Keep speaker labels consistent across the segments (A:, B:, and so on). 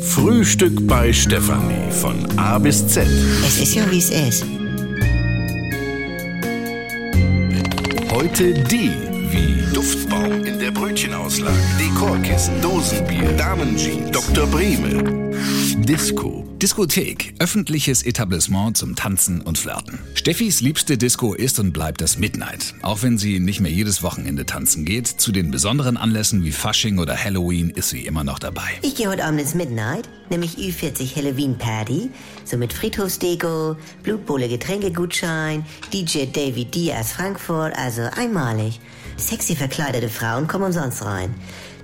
A: Frühstück bei Stefanie von A bis Z.
B: Es ist ja, wie es ist.
A: Heute D wie Duftbaum in der Brötchenauslage, Dekorkissen, Dosenbier, Damenjeans, Dr. Breme, Disco.
C: Diskothek, öffentliches Etablissement zum Tanzen und Flirten. Steffis liebste Disco ist und bleibt das Midnight. Auch wenn sie nicht mehr jedes Wochenende tanzen geht, zu den besonderen Anlässen wie Fasching oder Halloween ist sie immer noch dabei.
B: Ich gehe heute Abend ins Midnight, nämlich Ü40 Halloween Party, so mit Friedhofsdeko, Blutbowle Getränkegutschein, DJ David D aus Frankfurt, also einmalig. Sexy verkleidete Frauen kommen umsonst rein.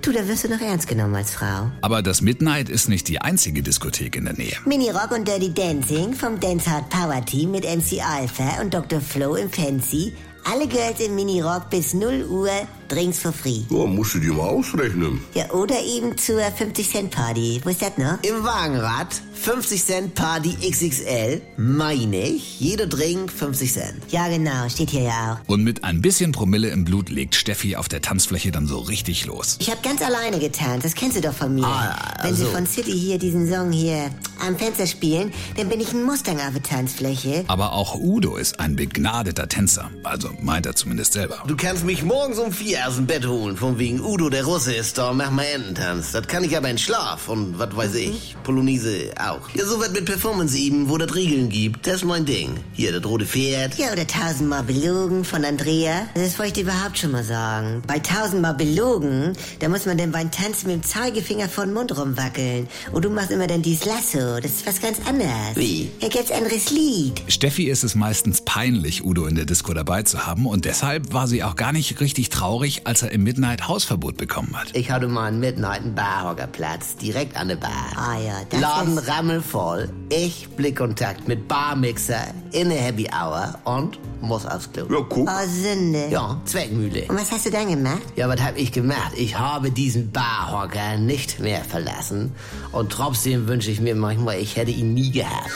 B: Du, da wirst du noch ernst genommen als Frau.
C: Aber das Midnight ist nicht die einzige Diskothek in der Nähe.
B: Mini Rock und Dirty Dancing vom Dance Hard Power Team mit MC Alpha und Dr. Flo im Fancy. Alle Girls im Mini Rock bis 0 Uhr, Drinks for free.
D: Ja, musst du dir mal ausrechnen.
B: Ja, oder eben zur 50 Cent Party. Wo ist das noch?
E: Im Wagenrad 50 Cent Party XXL, meine ich. Jeder Drink 50 Cent.
B: Ja, genau, steht hier ja auch.
C: Und mit ein bisschen Promille im Blut legt Steffi auf der Tanzfläche dann so richtig los.
B: Ich habe ganz alleine getanzt, das kennst du doch von mir.
E: Ah,
B: Wenn sie
E: so.
B: von City hier diesen Song hier am Fenster spielen, dann bin ich ein Mustang auf der Tanzfläche.
C: Aber auch Udo ist ein begnadeter Tänzer. Also meint er zumindest selber.
E: Du kannst mich morgens um vier aus dem Bett holen, von wegen Udo der Russe ist da, mach mal Ententanz. Das kann ich aber in Schlaf und was weiß ich, Polonaise auch. Ja, so was mit Performance eben, wo das Regeln gibt, das ist mein Ding. Hier, das rote Pferd.
B: Ja, oder tausendmal belogen von Andrea. Das wollte ich dir überhaupt schon mal sagen. Bei tausendmal belogen, da muss man denn beim Tanzen mit dem Zeigefinger vor den Mund rumwackeln. Und du machst immer dann dieses Lasso. Das ist was ganz anderes.
E: Wie?
B: Ja, ganz anderes Lied.
C: Steffi ist es meistens peinlich, Udo in der Disco dabei zu haben und deshalb war sie auch gar nicht richtig traurig, als er im Midnight Hausverbot bekommen hat.
E: Ich hatte mal einen Midnight einen Barhockerplatz, direkt an der Bar.
B: Ah ja, das
E: Laden
B: ist...
E: rammelvoll, ich Blickkontakt mit Barmixer in der Happy Hour und muss aufs Klo.
D: Ja, guck.
B: Oh, Sünde.
E: Ja, Zweckmühle.
B: Und was hast du dann gemacht?
E: Ja, was hab ich gemacht? Ich habe diesen Barhocker nicht mehr verlassen. Und trotzdem wünsche ich mir manchmal, ich hätte ihn nie gehabt.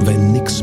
F: Wenn nix